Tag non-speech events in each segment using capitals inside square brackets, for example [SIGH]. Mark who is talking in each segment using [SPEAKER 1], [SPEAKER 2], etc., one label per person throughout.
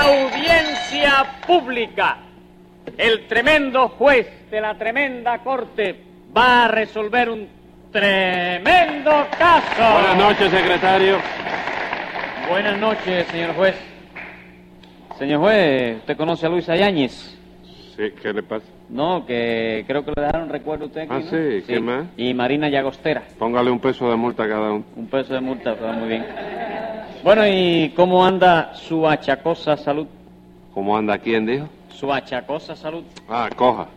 [SPEAKER 1] audiencia pública. El tremendo juez de la tremenda corte va a resolver un tremendo caso.
[SPEAKER 2] Buenas noches, secretario.
[SPEAKER 1] Buenas noches, señor juez. Señor juez, ¿usted conoce a Luisa Yáñez?
[SPEAKER 2] Sí, ¿qué le pasa?
[SPEAKER 1] No, que creo que le dejaron recuerdo a usted aquí,
[SPEAKER 2] Ah,
[SPEAKER 1] ¿no?
[SPEAKER 2] sí, ¿qué más?
[SPEAKER 1] Y Marina Llagostera.
[SPEAKER 2] Póngale un peso de multa a cada uno.
[SPEAKER 1] Un peso de multa, está muy bien. Bueno, ¿y cómo anda su achacosa salud?
[SPEAKER 2] ¿Cómo anda quién, dijo?
[SPEAKER 1] Su achacosa salud.
[SPEAKER 2] Ah, coja.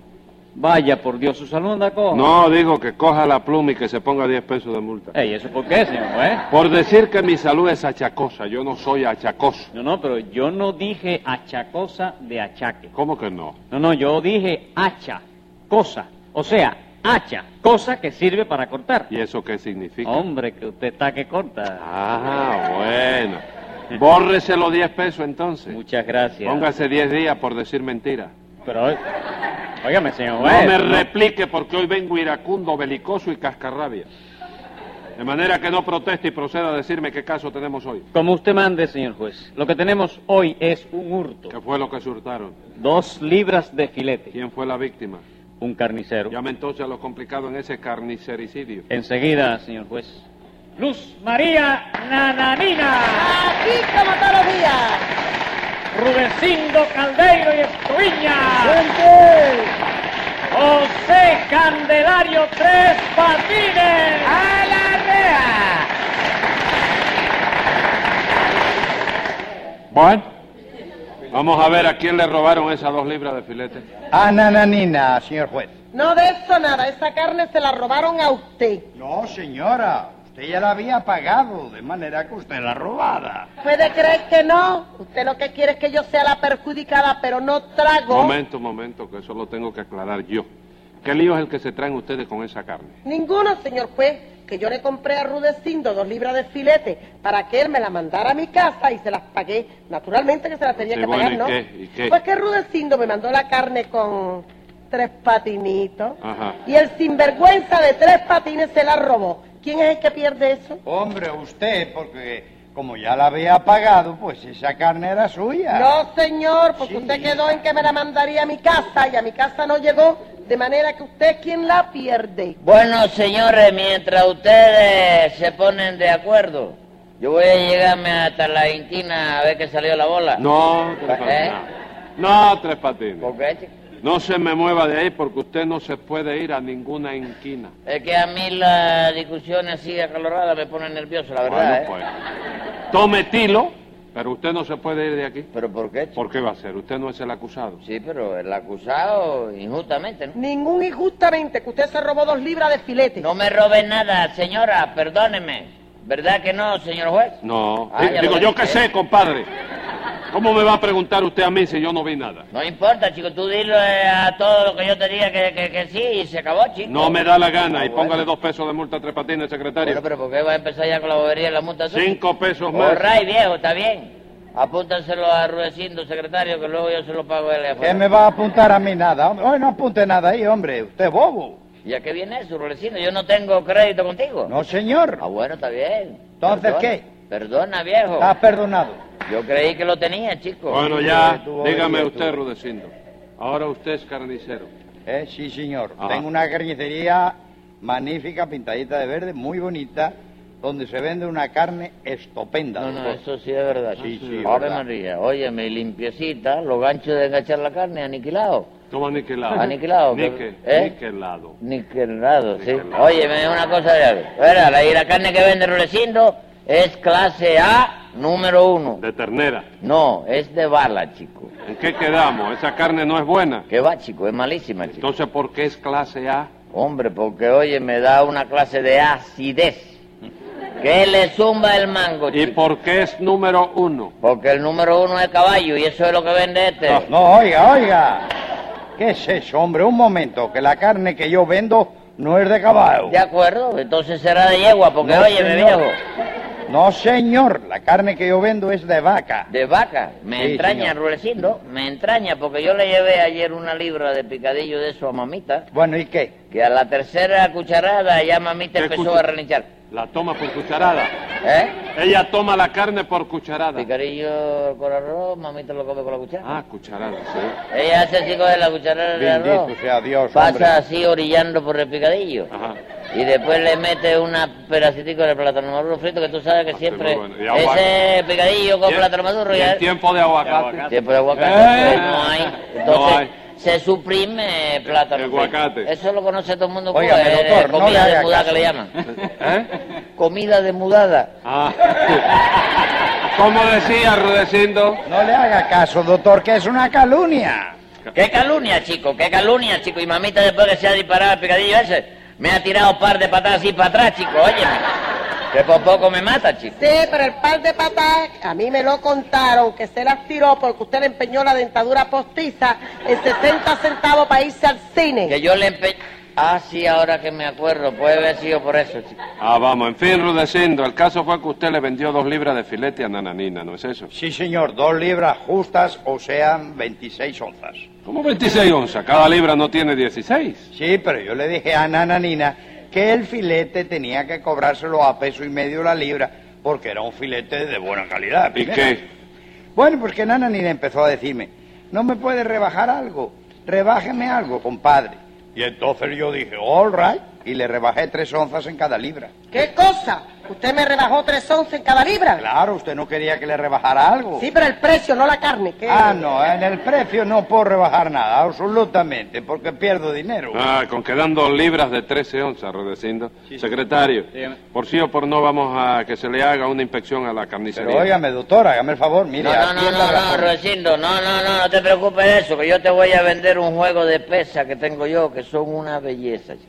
[SPEAKER 1] Vaya, por Dios, su salud anda coja.
[SPEAKER 2] No, dijo que coja la pluma y que se ponga 10 pesos de multa.
[SPEAKER 1] Ey, ¿eso por qué, señor juez?
[SPEAKER 2] Por decir que mi salud es achacosa, yo no soy achacoso.
[SPEAKER 1] No, no, pero yo no dije achacosa de achaque.
[SPEAKER 2] ¿Cómo que no?
[SPEAKER 1] No, no, yo dije hacha, cosa. O sea, hacha, cosa que sirve para cortar.
[SPEAKER 2] ¿Y eso qué significa?
[SPEAKER 1] Hombre, que usted está que corta.
[SPEAKER 2] Ah, bueno. Bórrese los 10 pesos entonces.
[SPEAKER 1] Muchas gracias.
[SPEAKER 2] Póngase 10 días por decir mentira.
[SPEAKER 1] Pero, oí- óigame, señor
[SPEAKER 2] No
[SPEAKER 1] juez.
[SPEAKER 2] me replique porque hoy vengo iracundo, belicoso y cascarrabia. De manera que no proteste y proceda a decirme qué caso tenemos hoy.
[SPEAKER 1] Como usted mande, señor juez. Lo que tenemos hoy es un hurto.
[SPEAKER 2] ¿Qué fue lo que surtaron?
[SPEAKER 1] Dos libras de filete.
[SPEAKER 2] ¿Quién fue la víctima?
[SPEAKER 1] Un carnicero.
[SPEAKER 2] Llame entonces a lo complicado en ese carnicericidio.
[SPEAKER 1] Enseguida, señor juez. Luz María Nananina.
[SPEAKER 3] Aquí como todos los días.
[SPEAKER 1] Rudecindo Caldeiro y Estuiña.
[SPEAKER 3] ¡Gente!
[SPEAKER 1] José Candelario Tres Patines.
[SPEAKER 3] ¡A la rea!
[SPEAKER 2] Bueno, vamos a ver a quién le robaron esas dos libras de filete.
[SPEAKER 4] Anananina, señor juez.
[SPEAKER 3] No de eso nada, esa carne se la robaron a usted.
[SPEAKER 4] No, señora. Usted ya la había pagado, de manera que usted la robada.
[SPEAKER 3] ¿Puede creer que no? Usted lo que quiere es que yo sea la perjudicada, pero no trago
[SPEAKER 2] Momento, momento, que eso lo tengo que aclarar yo. ¿Qué lío es el que se traen ustedes con esa carne?
[SPEAKER 3] ninguno, señor juez. Que yo le compré a Rudecindo dos libras de filete para que él me las mandara a mi casa y se las pagué. Naturalmente que se las tenía
[SPEAKER 2] Sí,
[SPEAKER 3] que
[SPEAKER 2] bueno,
[SPEAKER 3] pagar,
[SPEAKER 2] ¿y
[SPEAKER 3] ¿no?
[SPEAKER 2] qué? ¿Y qué?
[SPEAKER 3] Pues que Rudecindo me mandó la carne con tres patinitos
[SPEAKER 2] Ajá.
[SPEAKER 3] y el sinvergüenza de tres patines se la robó. ¿Quién es el que pierde eso?
[SPEAKER 4] Hombre, usted, porque como ya la había pagado, pues esa carne era suya.
[SPEAKER 3] No, señor, porque
[SPEAKER 4] Sí.
[SPEAKER 3] usted quedó en que me la mandaría a mi casa y a mi casa no llegó, de manera que usted es quien la pierde.
[SPEAKER 5] Bueno, señores, mientras ustedes se ponen de acuerdo, yo voy a llegarme hasta la inquina a ver que salió la bola.
[SPEAKER 2] No, tres
[SPEAKER 5] ¿Eh?
[SPEAKER 2] patines. No, tres patines.
[SPEAKER 5] ¿Por qué, chico?
[SPEAKER 2] No se me mueva de ahí porque usted no se puede ir a ninguna esquina.
[SPEAKER 5] Es que a mí las discusiones así acaloradas me ponen nervioso, la verdad,
[SPEAKER 2] Bueno,
[SPEAKER 5] ¿eh?
[SPEAKER 2] pues. Tome tilo, pero usted no se puede ir de aquí.
[SPEAKER 5] ¿Pero por qué, chico?
[SPEAKER 2] ¿Por qué va a ser? Usted no es el acusado.
[SPEAKER 5] Sí, pero el acusado injustamente, ¿no?
[SPEAKER 3] Ningún injustamente, que usted se robó dos libras de filete.
[SPEAKER 5] No me robe nada, señora, perdóneme. ¿Verdad que no, señor juez?
[SPEAKER 2] No.
[SPEAKER 5] Ah,
[SPEAKER 2] Di-
[SPEAKER 5] ya
[SPEAKER 2] Digo,
[SPEAKER 5] lo
[SPEAKER 2] yo
[SPEAKER 5] dije.
[SPEAKER 2] qué sé, compadre. ¿Cómo me va a preguntar usted a mí si yo no vi nada?
[SPEAKER 5] No importa, chico, tú dilo eh, a todo lo que yo te diga que, que- que sí y se acabó, chico.
[SPEAKER 2] No me da la gana.
[SPEAKER 5] Ah,
[SPEAKER 2] Y
[SPEAKER 5] bueno.
[SPEAKER 2] póngale dos pesos de multa a tres patines, secretario.
[SPEAKER 5] Bueno, pero ¿por qué va a empezar ya con la bobería de la multa? suya?
[SPEAKER 2] Cinco pesos más.
[SPEAKER 5] Corray, viejo, está bien. Apúntaselo a Rudecindo, secretario, que luego yo se lo pago a él. allá
[SPEAKER 4] ¿Qué
[SPEAKER 5] afuera.
[SPEAKER 4] me va a apuntar a mí nada? Hombre, Hoy no apunte nada ahí, hombre. Usted es bobo.
[SPEAKER 5] ¿Y a qué viene eso, Rudecindo? Yo no tengo crédito contigo.
[SPEAKER 4] No, señor.
[SPEAKER 5] Ah, bueno, está bien.
[SPEAKER 4] Entonces,
[SPEAKER 5] Perdona.
[SPEAKER 4] ¿qué? Ah.
[SPEAKER 5] Perdona, viejo.
[SPEAKER 4] Está perdonado.
[SPEAKER 5] Yo creí que lo tenía, chico.
[SPEAKER 2] Bueno, ya.
[SPEAKER 4] Tú,
[SPEAKER 2] Dígame
[SPEAKER 4] tú.
[SPEAKER 2] usted, Rudecindo. Ahora usted es carnicero.
[SPEAKER 4] Eh, sí, señor.
[SPEAKER 2] Ajá.
[SPEAKER 4] Tengo una carnicería magnífica, pintadita de verde, muy bonita, donde se vende una carne estupenda. Pues,
[SPEAKER 5] No, no,
[SPEAKER 4] doctor.
[SPEAKER 5] eso sí es verdad.
[SPEAKER 4] Sí, sí, es
[SPEAKER 5] Ave
[SPEAKER 4] verdad.
[SPEAKER 5] María, óyeme, limpiecita, los ganchos de enganchar la carne aniquilados.
[SPEAKER 2] ¿Cómo aniquilado?
[SPEAKER 5] Aniquilado, ¿qué?
[SPEAKER 2] Nique-
[SPEAKER 5] ¿Eh?
[SPEAKER 2] Niquelado.
[SPEAKER 5] Niquelado, sí.
[SPEAKER 2] Niquelado.
[SPEAKER 5] Óyeme, es una cosa de... Verá, la, y la carne que vende Rudecindo es clase A, número uno.
[SPEAKER 2] De ternera.
[SPEAKER 5] No, es de bala, chico.
[SPEAKER 2] ¿En qué quedamos? Esa carne no es buena.
[SPEAKER 5] Que va, chico, es malísima, chico.
[SPEAKER 2] Entonces, ¿por qué es clase A?
[SPEAKER 5] Hombre, porque oye, me da una clase de acidez. Que le zumba el mango,
[SPEAKER 2] ¿Y
[SPEAKER 5] chico.
[SPEAKER 2] por qué es número uno?
[SPEAKER 5] Porque el número uno es caballo y eso es lo que vende este.
[SPEAKER 4] No, no, oiga, oiga. ¿Qué es eso, hombre? Un momento, que la carne que yo vendo no es de caballo.
[SPEAKER 5] De acuerdo, entonces será de yegua, porque
[SPEAKER 4] No,
[SPEAKER 5] oye, me
[SPEAKER 4] señor.
[SPEAKER 5] viejo,
[SPEAKER 4] No, señor, la carne que yo vendo es de vaca.
[SPEAKER 5] de vaca. Me
[SPEAKER 4] Sí,
[SPEAKER 5] entraña,
[SPEAKER 4] señor.
[SPEAKER 5] Rulecindo, me entraña, porque yo le llevé ayer una libra de picadillo de eso a mamita,
[SPEAKER 4] Bueno, ¿y qué?
[SPEAKER 5] que a la tercera cucharada ya mamita
[SPEAKER 2] ¿Qué
[SPEAKER 5] empezó
[SPEAKER 2] cucha-
[SPEAKER 5] a relinchar.
[SPEAKER 2] La toma por cucharada.
[SPEAKER 4] Ah.
[SPEAKER 5] ¿Eh?
[SPEAKER 2] Ella toma la carne por cucharada.
[SPEAKER 5] Picarillo con arroz, mamita lo come con la cuchara.
[SPEAKER 2] Ah, cucharada, sí.
[SPEAKER 5] Ella hace así, coge la cuchara de arroz.
[SPEAKER 4] Bendito sea Dios,
[SPEAKER 5] Pasa
[SPEAKER 4] hombre.
[SPEAKER 5] así orillando por el picadillo.
[SPEAKER 2] Ajá.
[SPEAKER 5] Y después le mete una pedacitico de plátano maduro frito que tú sabes que
[SPEAKER 2] Ah, sí,
[SPEAKER 5] siempre
[SPEAKER 2] muy bueno. Y aguacate.
[SPEAKER 5] ese picadillo con
[SPEAKER 2] Y-
[SPEAKER 5] plátano maduro
[SPEAKER 2] y
[SPEAKER 5] ya
[SPEAKER 2] en tiempo de aguacate.
[SPEAKER 1] aguacate.
[SPEAKER 5] siempre aguacate
[SPEAKER 2] Eh.
[SPEAKER 5] pues, no hay. Entonces
[SPEAKER 2] No hay.
[SPEAKER 5] se suprime el plátano.
[SPEAKER 2] El
[SPEAKER 5] frito.
[SPEAKER 2] aguacate.
[SPEAKER 5] Eso lo conoce todo el mundo. en
[SPEAKER 4] Óigame,
[SPEAKER 5] Cuba, es
[SPEAKER 4] doctor, no le
[SPEAKER 5] comida de
[SPEAKER 4] haga
[SPEAKER 5] mudada
[SPEAKER 4] caso.
[SPEAKER 5] que le llaman.
[SPEAKER 2] ¿Eh?
[SPEAKER 5] Comida de mudada.
[SPEAKER 2] Ah. ¿Cómo decía Rudecindo?
[SPEAKER 4] No le haga caso, doctor, que es una calumnia.
[SPEAKER 5] ¡Qué calumnia, chico! ¡Qué calumnia, chico! Y mamita, después que se ha disparado el picadillo ese, me ha tirado un par de patadas así para atrás, chico. Óyeme, que por poco me mata, chico.
[SPEAKER 3] Sí, pero el par de patas, a mí me lo contaron, que se las tiró porque usted le empeñó la dentadura postiza en 60 centavos para irse al
[SPEAKER 5] Que
[SPEAKER 3] cine.
[SPEAKER 5] yo le empe... Ah, sí, ahora que me acuerdo, puede haber sido por eso, chico.
[SPEAKER 2] Ah, vamos, en fin, Rudecindo, el caso fue que usted le vendió dos libras de filete a Nananina, ¿no es eso?
[SPEAKER 4] Sí, señor, dos libras justas, o sean 26 onzas.
[SPEAKER 2] ¿Cómo 26 onzas? Cada libra no tiene 16.
[SPEAKER 4] Sí, pero yo le dije a Nananina que el filete tenía que cobrárselo a peso y medio la libra, porque era un filete de buena calidad.
[SPEAKER 2] ¿Y
[SPEAKER 4] primero.
[SPEAKER 2] qué?
[SPEAKER 4] Bueno, pues que Nananina empezó a decirme, no me puede rebajar algo, rebájeme algo, compadre. Y entonces yo dije, all right, y le rebajé tres onzas en cada libra.
[SPEAKER 3] ¿Qué cosa? ¿Usted me rebajó tres once en cada libra?
[SPEAKER 4] Claro, usted no quería que le rebajara algo.
[SPEAKER 3] Sí, eh. pero el precio, no la carne. ¿Qué?
[SPEAKER 4] Ah, no, en el precio no puedo rebajar nada, absolutamente, porque pierdo dinero.
[SPEAKER 2] Ah, con que dan dos libras de 13 onzas, Rudecindo. Secretario,
[SPEAKER 1] Dígame.
[SPEAKER 2] por sí o por no vamos a que se le haga una inspección a la
[SPEAKER 4] Pero
[SPEAKER 2] carnicería.
[SPEAKER 4] óigame, doctor, hágame el favor, mire,
[SPEAKER 5] No, no,
[SPEAKER 4] aquí
[SPEAKER 5] no,
[SPEAKER 4] en la
[SPEAKER 5] no, no,
[SPEAKER 4] razón.
[SPEAKER 5] Rudecindo, no, no, no, no te preocupes de eso, que yo te voy a vender un juego de pesas que tengo yo, que son una belleza, chico.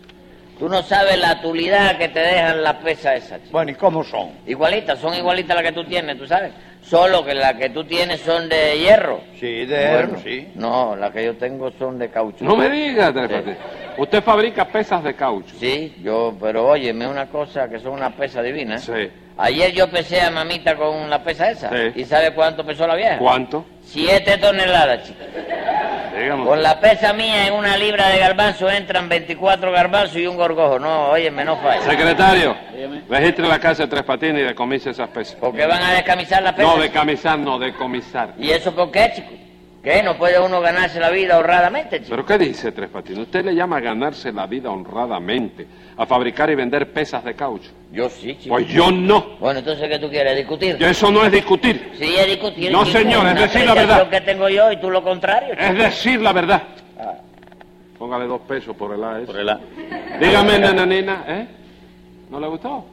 [SPEAKER 5] Tú no sabes la tulidad que te dejan las pesas esas, chico.
[SPEAKER 4] Bueno, ¿y cómo son?
[SPEAKER 5] Igualitas, son igualitas las que tú tienes, tú sabes. Solo que las que tú tienes son de hierro.
[SPEAKER 4] Sí, de
[SPEAKER 5] Bueno,
[SPEAKER 4] hierro, sí.
[SPEAKER 5] No, las que yo tengo son de caucho.
[SPEAKER 2] No me diga, Tres
[SPEAKER 5] Sí.
[SPEAKER 2] Patines. Usted fabrica pesas de caucho.
[SPEAKER 5] Sí, yo, pero óyeme una cosa que son una pesa divina.
[SPEAKER 2] Sí.
[SPEAKER 5] Ayer yo pesé a mamita con la pesa esa.
[SPEAKER 2] Sí.
[SPEAKER 5] ¿Y sabe cuánto pesó la vieja?
[SPEAKER 2] ¿Cuánto?
[SPEAKER 5] Siete toneladas, chico.
[SPEAKER 2] Dígame.
[SPEAKER 5] Con la pesa mía en una libra de garbanzo entran 24 garbanzos y un gorgojo. No, óyeme, no falla.
[SPEAKER 2] Secretario,
[SPEAKER 1] Dígame.
[SPEAKER 2] registre la casa de Tres Patines y decomise esas pesas.
[SPEAKER 5] ¿Por qué van a descamisar la pesa?
[SPEAKER 2] No, decamisar, no, decomisar.
[SPEAKER 5] ¿Y eso por qué, chico? ¿Qué? ¿No puede uno ganarse la vida honradamente, chico?
[SPEAKER 2] ¿Pero qué dice Tres Patines? Usted le llama a ganarse la vida honradamente, a fabricar y vender pesas de caucho.
[SPEAKER 5] Yo sí, chico.
[SPEAKER 2] Pues yo no.
[SPEAKER 5] Bueno, entonces, ¿qué tú quieres? ¿Discutir?
[SPEAKER 2] Yo eso no es discutir,
[SPEAKER 5] Sí, es discutir.
[SPEAKER 2] No,
[SPEAKER 5] chico,
[SPEAKER 2] señor, es
[SPEAKER 5] una
[SPEAKER 2] decir la
[SPEAKER 5] apreciación
[SPEAKER 2] verdad.
[SPEAKER 5] que tengo yo y tú lo contrario, chico.
[SPEAKER 2] es decir la verdad. Póngale dos pesos por el A ese.
[SPEAKER 1] Ah. Por el A.
[SPEAKER 2] Dígame, nananina, ¿eh? ¿No le gustó?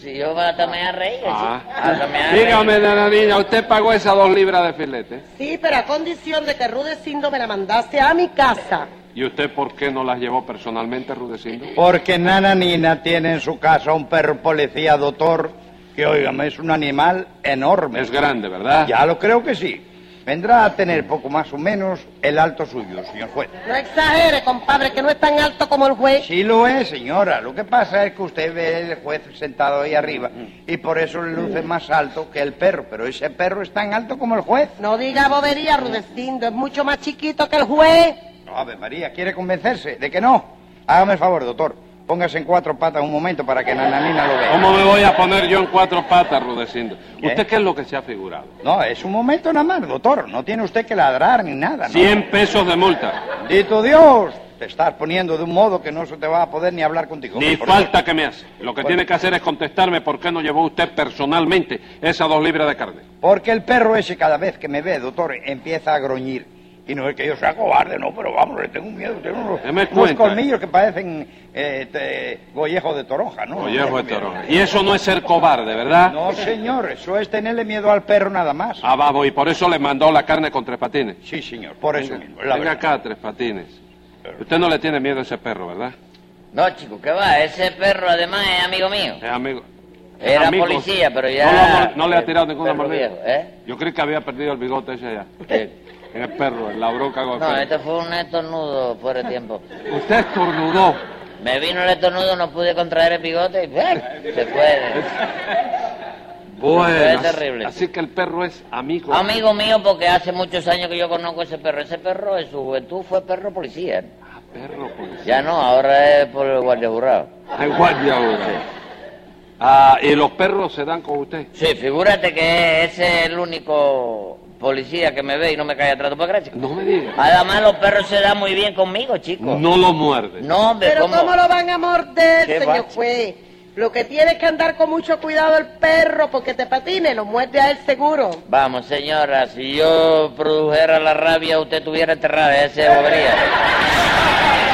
[SPEAKER 5] Si yo hasta me ha reído,
[SPEAKER 2] Ah.
[SPEAKER 5] chico. Hasta me ha
[SPEAKER 2] Dígame,
[SPEAKER 5] reído.
[SPEAKER 2] nananina, ¿usted pagó esas dos libras de filete?
[SPEAKER 3] Sí, pero a condición de que Rudecindo me la mandase a mi casa.
[SPEAKER 2] ¿Y usted por qué no las llevó personalmente, Rudecindo?
[SPEAKER 4] Porque Nananina tiene en su casa un perro policía, doctor, que, óigame, es un animal enorme.
[SPEAKER 2] Es grande, ¿verdad?
[SPEAKER 4] Ya lo creo que sí. Vendrá a tener poco más o menos el alto suyo, señor juez.
[SPEAKER 3] No exagere, compadre, que no es tan alto como el juez.
[SPEAKER 4] Sí lo es, señora. Lo que pasa es que usted ve al juez sentado ahí arriba y por eso le luce más alto que el perro. Pero ese perro es tan alto como el juez.
[SPEAKER 3] No diga bobería, Rudecindo, es mucho más chiquito que el juez.
[SPEAKER 4] Ave María, ¿quiere convencerse de que no? Hágame el favor, doctor. Póngase en cuatro patas un momento para que Nananina lo vea.
[SPEAKER 2] ¿Cómo me voy a poner yo en cuatro patas, Rudecindo?
[SPEAKER 4] ¿Qué?
[SPEAKER 2] ¿Usted qué es lo que se ha figurado?
[SPEAKER 4] No, es un momento nada más, doctor. No tiene usted que ladrar ni nada, Ah, ¿no?
[SPEAKER 2] 100 pesos de multa.
[SPEAKER 4] Bendito Dios, te estás poniendo de un modo que no se te va a poder ni hablar contigo.
[SPEAKER 2] Ni
[SPEAKER 4] Por
[SPEAKER 2] falta que me hace. Lo que
[SPEAKER 4] Bueno.
[SPEAKER 2] tiene que hacer es contestarme por qué no llevó usted personalmente esas dos libras de carne.
[SPEAKER 4] Porque el perro ese cada vez que me ve, doctor, empieza a gruñir. Y no es que yo sea cobarde, no, pero vamos, le tengo miedo, tengo unos,
[SPEAKER 2] Deme
[SPEAKER 4] unos
[SPEAKER 2] cuenta.
[SPEAKER 4] colmillos que parecen eh, te- gollejo de toronja, ¿no?
[SPEAKER 2] Collejo de
[SPEAKER 4] Tengo miedo.
[SPEAKER 2] toronja. Y eso no es ser cobarde, ¿verdad?
[SPEAKER 4] No, señor, eso es tenerle miedo al perro nada más.
[SPEAKER 2] Ah, vamos, y por eso le mandó la carne con tres patines.
[SPEAKER 4] Sí, señor, por eso mismo. la
[SPEAKER 2] Venga
[SPEAKER 4] verdad.
[SPEAKER 2] acá, tres patines. Usted no le tiene miedo a ese perro, ¿verdad?
[SPEAKER 5] No, chico, ¿qué va? Ese perro además es amigo mío.
[SPEAKER 2] Es Eh, amigo.
[SPEAKER 5] Era
[SPEAKER 2] amigo.
[SPEAKER 5] policía, pero ya...
[SPEAKER 2] No, lo ha mor- no le ha tirado ninguna
[SPEAKER 5] Perro viejo,
[SPEAKER 2] mordida.
[SPEAKER 5] ¿eh?
[SPEAKER 2] Yo creí que había perdido el bigote ese ya. En el perro, en la bronca con el
[SPEAKER 5] No,
[SPEAKER 2] perro.
[SPEAKER 5] esto fue un estornudo fuera de tiempo.
[SPEAKER 2] Usted estornudó.
[SPEAKER 5] Me vino el estornudo, no pude contraer el bigote y ¡eh! se fue.
[SPEAKER 2] Bueno,
[SPEAKER 5] Fue terrible.
[SPEAKER 2] así que el perro es amigo.
[SPEAKER 5] Amigo mío, porque hace muchos años que yo conozco ese perro. Ese perro en su juventud fue perro policía.
[SPEAKER 2] Ah, perro, policía.
[SPEAKER 5] Ya no, ahora es por el guardia jurado.
[SPEAKER 2] Ay, guardia ahora. Ah, y los perros se dan con usted.
[SPEAKER 5] Sí, figúrate que ese es el único policía que me ve y no me cae atrás para gracia.
[SPEAKER 2] No me diga.
[SPEAKER 5] Además, los perros se dan muy bien conmigo, chicos.
[SPEAKER 2] No lo muerde.
[SPEAKER 5] No, hombre,
[SPEAKER 3] Pero
[SPEAKER 5] ¿cómo?
[SPEAKER 3] ¿cómo? lo van a morder,
[SPEAKER 5] Qué
[SPEAKER 3] señor
[SPEAKER 5] bache.
[SPEAKER 3] juez? Lo que tiene es que andar con mucho cuidado el perro porque te patine, lo muerde a él seguro.
[SPEAKER 5] Vamos, señora, si yo produjera la rabia, usted estuviera enterrada, ese es bobería. No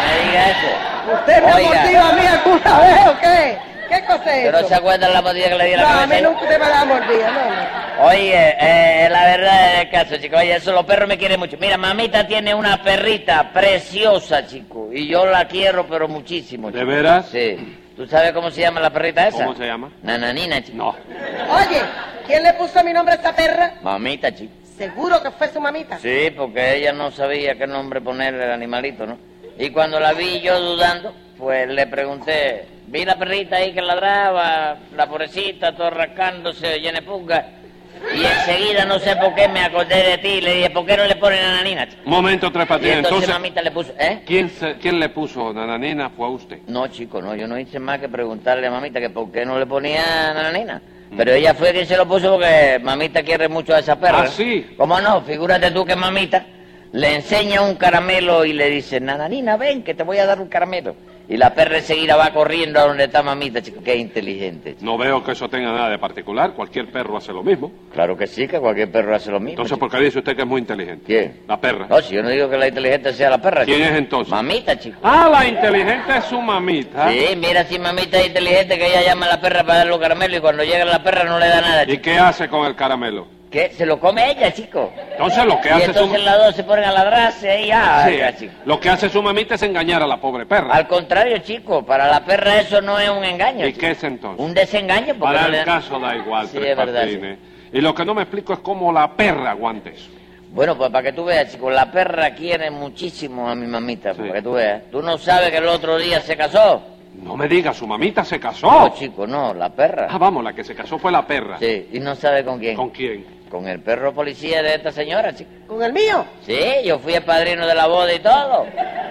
[SPEAKER 5] me diga eso.
[SPEAKER 3] ¿Usted me ha
[SPEAKER 5] Oiga.
[SPEAKER 3] mordido a mí alguna vez o qué? ¿Qué cosa es
[SPEAKER 5] Pero
[SPEAKER 3] eso?
[SPEAKER 5] se acuerdan la mordida que le di a
[SPEAKER 3] No,
[SPEAKER 5] la
[SPEAKER 3] a mí
[SPEAKER 5] cabeza.
[SPEAKER 3] nunca usted me la ha mordido, no, no.
[SPEAKER 5] Oye, eh, la verdad es el caso, chico. Oye, eso los perros me quieren mucho. Mira, mamita tiene una perrita preciosa, chico. Y yo la quiero, pero muchísimo.
[SPEAKER 2] ¿De
[SPEAKER 5] chico.
[SPEAKER 2] veras?
[SPEAKER 5] Sí. ¿Tú sabes cómo se llama la perrita esa?
[SPEAKER 2] ¿Cómo se llama?
[SPEAKER 5] Nananina, chico.
[SPEAKER 2] No.
[SPEAKER 3] Oye, ¿quién le puso mi nombre a esa perra?
[SPEAKER 5] Mamita, chico.
[SPEAKER 3] Seguro que fue su mamita.
[SPEAKER 5] Sí, porque ella no sabía qué nombre ponerle al animalito, ¿no? Y cuando la vi yo dudando, pues le pregunté, vi la perrita ahí que ladraba, la pobrecita, todo rascándose, llena de pulga, y enseguida no sé por qué me acordé de ti y le dije, ¿por qué no le ponen a Nanina? chico?".
[SPEAKER 2] Momento, Tres
[SPEAKER 5] Y
[SPEAKER 2] Patines.
[SPEAKER 5] entonces,
[SPEAKER 2] Entonces,
[SPEAKER 5] mamita le puso, ¿eh?
[SPEAKER 2] ¿quién, se- ¿quién le puso nananina? Fue a usted.
[SPEAKER 5] No, chico, no, yo no hice más que preguntarle a mamita que por qué no le ponía a Nananina. Pero ella fue quien se lo puso porque mamita quiere mucho a esa perra.
[SPEAKER 2] ¿Ah, sí?
[SPEAKER 5] ¿Cómo no? Figúrate tú que mamita le enseña un caramelo y le dice, Nananina, ven que te voy a dar un caramelo. Y la perra enseguida va corriendo a donde está mamita, chico. Qué inteligente. chico.
[SPEAKER 2] No veo que eso tenga nada de particular. Cualquier perro hace lo mismo.
[SPEAKER 5] Claro que sí, que cualquier perro hace lo mismo.
[SPEAKER 2] Entonces,
[SPEAKER 5] chico.
[SPEAKER 2] ¿por qué dice usted que es muy inteligente?
[SPEAKER 5] ¿Quién?
[SPEAKER 2] La perra.
[SPEAKER 5] No, si yo no digo que la inteligente sea la perra.
[SPEAKER 2] ¿Quién
[SPEAKER 5] chico.
[SPEAKER 2] es entonces?
[SPEAKER 5] Mamita, chico.
[SPEAKER 2] Ah, la inteligente es su mamita.
[SPEAKER 5] Sí, mira si mamita es inteligente que ella llama a la perra para darle un caramelo y cuando llega la perra no le da nada, chico.
[SPEAKER 2] ¿Y qué hace con el caramelo?
[SPEAKER 5] ¿Qué? Se lo come ella, chico.
[SPEAKER 2] Entonces, lo que
[SPEAKER 5] Y
[SPEAKER 2] hace
[SPEAKER 5] entonces
[SPEAKER 2] su...
[SPEAKER 5] las dos se ponen a ladrarse y ya.
[SPEAKER 2] Sí,
[SPEAKER 5] ya, chico.
[SPEAKER 2] lo que hace su mamita es engañar a la pobre perra.
[SPEAKER 5] Al contrario, chico, para la perra eso no es un engaño.
[SPEAKER 2] ¿Y
[SPEAKER 5] chico.
[SPEAKER 2] qué es entonces?
[SPEAKER 5] Un desengaño porque
[SPEAKER 2] Para
[SPEAKER 5] no
[SPEAKER 2] el
[SPEAKER 5] le dan-
[SPEAKER 2] caso da igual,
[SPEAKER 5] Sí,
[SPEAKER 2] Tres
[SPEAKER 5] es verdad,
[SPEAKER 2] Patines. Y lo que no me explico es cómo la perra aguanta eso.
[SPEAKER 5] Bueno, pues para que tú veas, chico, la perra quiere muchísimo a mi mamita,
[SPEAKER 2] Sí.
[SPEAKER 5] para que tú veas. Tú no sabes que el otro día se casó.
[SPEAKER 2] No me diga, su mamita se
[SPEAKER 5] No,
[SPEAKER 2] casó.
[SPEAKER 5] chico, no, la perra.
[SPEAKER 2] Ah, vamos, la que se casó fue la perra.
[SPEAKER 5] Sí, y no sabe con quién.
[SPEAKER 2] ¿Con quién?
[SPEAKER 5] Con el perro policía de esta señora, chico.
[SPEAKER 3] ¿Con el mío?
[SPEAKER 5] Sí, yo fui el padrino de la boda y todo.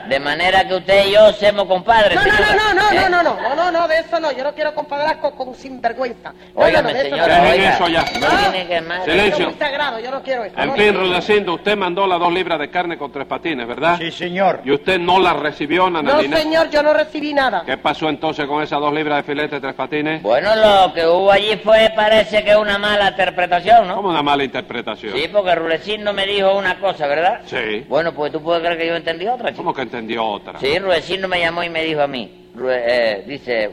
[SPEAKER 5] De manera que usted y yo somos compadres.
[SPEAKER 3] No, no,
[SPEAKER 5] señora.
[SPEAKER 3] no, no,
[SPEAKER 5] ¿Eh?
[SPEAKER 3] no, no, no, no, no, no, de eso no. Yo no quiero comparar con, con sinvergüenza. No,
[SPEAKER 5] Óigame,
[SPEAKER 3] no, no, de eso no.
[SPEAKER 5] señora,
[SPEAKER 2] Dejen
[SPEAKER 5] oiga.
[SPEAKER 2] eso ya.
[SPEAKER 5] No tiene que más.
[SPEAKER 3] Eso es
[SPEAKER 2] Eh, Silencio.
[SPEAKER 3] muy sagrado, yo no quiero
[SPEAKER 5] Ah,
[SPEAKER 3] eso.
[SPEAKER 2] En
[SPEAKER 3] no,
[SPEAKER 2] fin,
[SPEAKER 3] no.
[SPEAKER 2] Rudecindo, usted mandó las dos libras de carne con tres patines, ¿verdad?
[SPEAKER 4] Sí, señor.
[SPEAKER 2] Y usted no las recibió,
[SPEAKER 3] No,
[SPEAKER 2] Nananina.
[SPEAKER 3] señor, yo no recibí nada.
[SPEAKER 2] ¿Qué pasó entonces con esas dos libras de filete de tres patines?
[SPEAKER 5] Bueno, lo que hubo allí fue, parece que una mala interpretación, ¿no?
[SPEAKER 2] Como una mala interpretación.
[SPEAKER 5] Sí, porque Rudecindo me dijo una cosa, ¿verdad?
[SPEAKER 2] Sí.
[SPEAKER 5] Bueno, pues tú puedes creer que yo entendí otra, chico.
[SPEAKER 2] ¿Cómo que entendió otra?
[SPEAKER 5] Sí, Rudecindo me llamó y me dijo a mí, Ru- eh, dice,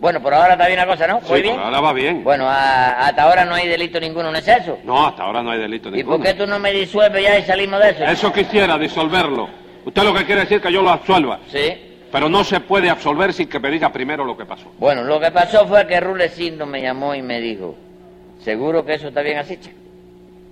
[SPEAKER 5] bueno, por ahora está bien la cosa, ¿no?
[SPEAKER 2] Sí,
[SPEAKER 5] Muy bien.
[SPEAKER 2] por ahora va bien.
[SPEAKER 5] Bueno, a- hasta ahora no hay delito ninguno, ¿no es eso?
[SPEAKER 2] No, hasta ahora no hay delito
[SPEAKER 5] ¿Y
[SPEAKER 2] ninguno.
[SPEAKER 5] por qué tú no me disuelves ya y salimos de eso?
[SPEAKER 2] Eso quisiera disolverlo. Usted lo que quiere decir es que yo lo absuelva.
[SPEAKER 5] Sí.
[SPEAKER 2] Pero no se puede absolver sin que me diga primero lo que pasó.
[SPEAKER 5] Bueno, lo que pasó fue que Rudecindo me llamó y me dijo, ¿seguro que eso está bien así, chico?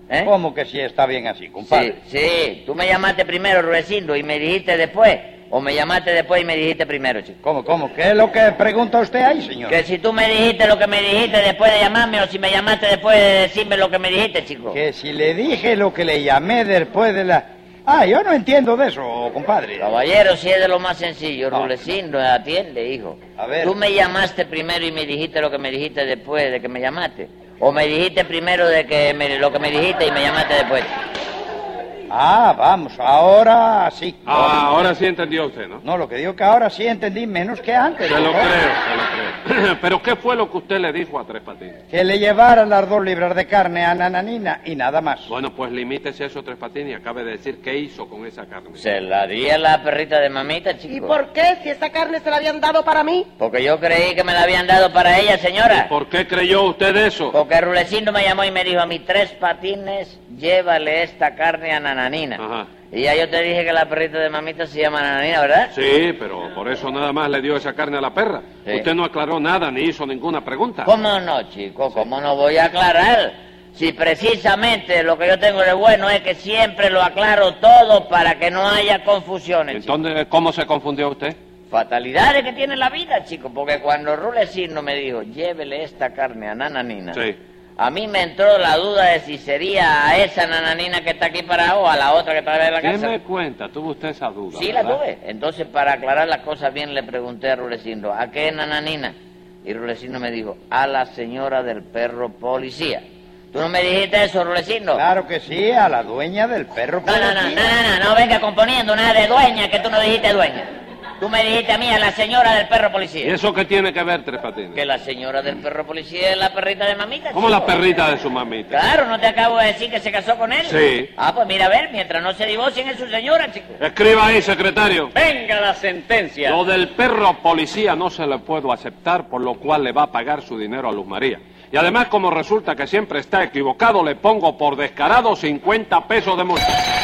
[SPEAKER 5] ¿Eh?
[SPEAKER 2] Oh,
[SPEAKER 4] ¿Cómo que sí está bien así, compadre?
[SPEAKER 5] Sí, sí, tú me llamaste primero, Rudecindo, y me dijiste después. O me llamaste después y me dijiste primero, chico.
[SPEAKER 4] ¿Cómo, cómo? ¿Qué es lo que pregunta usted ahí, señor?
[SPEAKER 5] Que si tú me dijiste lo que me dijiste después de llamarme, o si me llamaste después de decirme lo que me dijiste, chico.
[SPEAKER 4] Que si le dije lo que le llamé después de la... Ah, yo no entiendo de eso, compadre.
[SPEAKER 5] Caballero, si es de lo más sencillo,
[SPEAKER 4] No.
[SPEAKER 5] Rudecindo, atiende, hijo.
[SPEAKER 4] A ver.
[SPEAKER 5] Tú me llamaste primero y me dijiste lo que me dijiste después de que me llamaste. O me dijiste primero de que me- lo que me dijiste y me llamaste después.
[SPEAKER 4] Ah, vamos, ahora sí.
[SPEAKER 2] Ah, ahora sí entendió usted, ¿no?
[SPEAKER 4] No, lo que digo que ahora sí entendí menos que antes.
[SPEAKER 2] Se lo
[SPEAKER 4] compadre.
[SPEAKER 2] creo, se lo creo. [CLEARS THROAT] Pero ¿qué fue lo que usted le dijo a Tres Patines?
[SPEAKER 4] Que le llevara las dos libras de carne a Nananina y nada más.
[SPEAKER 2] Bueno, pues limítese a esos Tres Patines y acabe de decir qué hizo con esa carne.
[SPEAKER 5] Se la di a la perrita de mamita, chico.
[SPEAKER 3] ¿Y por qué? Si esa carne se la habían dado para mí.
[SPEAKER 5] Porque yo creí que me la habían dado para ella, señora.
[SPEAKER 2] ¿Por qué creyó usted eso?
[SPEAKER 5] Porque Rulecindo me llamó y me dijo a mí, tres patines, llévale esta carne a Nananina.
[SPEAKER 2] Ajá.
[SPEAKER 5] Y ya yo te dije que la perrita de mamita se llama Nananina, ¿verdad?
[SPEAKER 2] Sí, pero por eso nada más le dio esa carne a la perra.
[SPEAKER 5] Sí.
[SPEAKER 2] Usted no aclaró nada ni hizo ninguna pregunta.
[SPEAKER 5] ¿Cómo no, chico? ¿Cómo no voy a aclarar? Si precisamente lo que yo tengo de bueno es que siempre lo aclaro todo para que no haya confusiones, chico.
[SPEAKER 2] Entonces, ¿cómo se confundió usted?
[SPEAKER 5] Fatalidades que tiene la vida, chico, porque cuando Rulecindo me dijo, llévele esta carne a Nananina,
[SPEAKER 2] Sí.
[SPEAKER 5] a mí me entró la duda de si sería a esa Nananina que está aquí para o a la otra que está en la
[SPEAKER 2] ¿Qué
[SPEAKER 5] casa.
[SPEAKER 2] me cuenta? ¿Tuvo usted esa duda?
[SPEAKER 5] Sí, la
[SPEAKER 2] ¿verdad?
[SPEAKER 5] tuve. Entonces, para aclarar las cosas bien, le pregunté a Rulecindo, ¿a qué nananina? Y Rulecino me dijo, a la señora del perro policía. ¿Tú no me dijiste eso, Rulecino?
[SPEAKER 4] Claro que sí, a la dueña del perro.
[SPEAKER 5] No, no, no, no,
[SPEAKER 4] policía.
[SPEAKER 5] no, no, no venga componiendo nada de dueña que tú no dijiste dueña. Tú me dijiste a mí, a la señora del perro
[SPEAKER 2] ¿Y
[SPEAKER 5] policía.
[SPEAKER 2] eso qué tiene que ver, Tres Patines?
[SPEAKER 5] Que la señora del perro policía es la perrita de mamita.
[SPEAKER 2] ¿Cómo
[SPEAKER 5] chico.
[SPEAKER 2] la perrita de su mamita?
[SPEAKER 5] Claro, ¿no te acabo de decir que se casó con él?
[SPEAKER 2] Sí.
[SPEAKER 5] Ah, pues mira, a ver, mientras no se divorcien es su señora, chico.
[SPEAKER 2] Escriba ahí, secretario.
[SPEAKER 1] Venga la sentencia.
[SPEAKER 2] Lo del perro policía no se lo puedo aceptar, por lo cual le va a pagar su dinero a Luz María. Y además, como resulta que siempre está equivocado, le pongo por descarado 50 pesos de multa.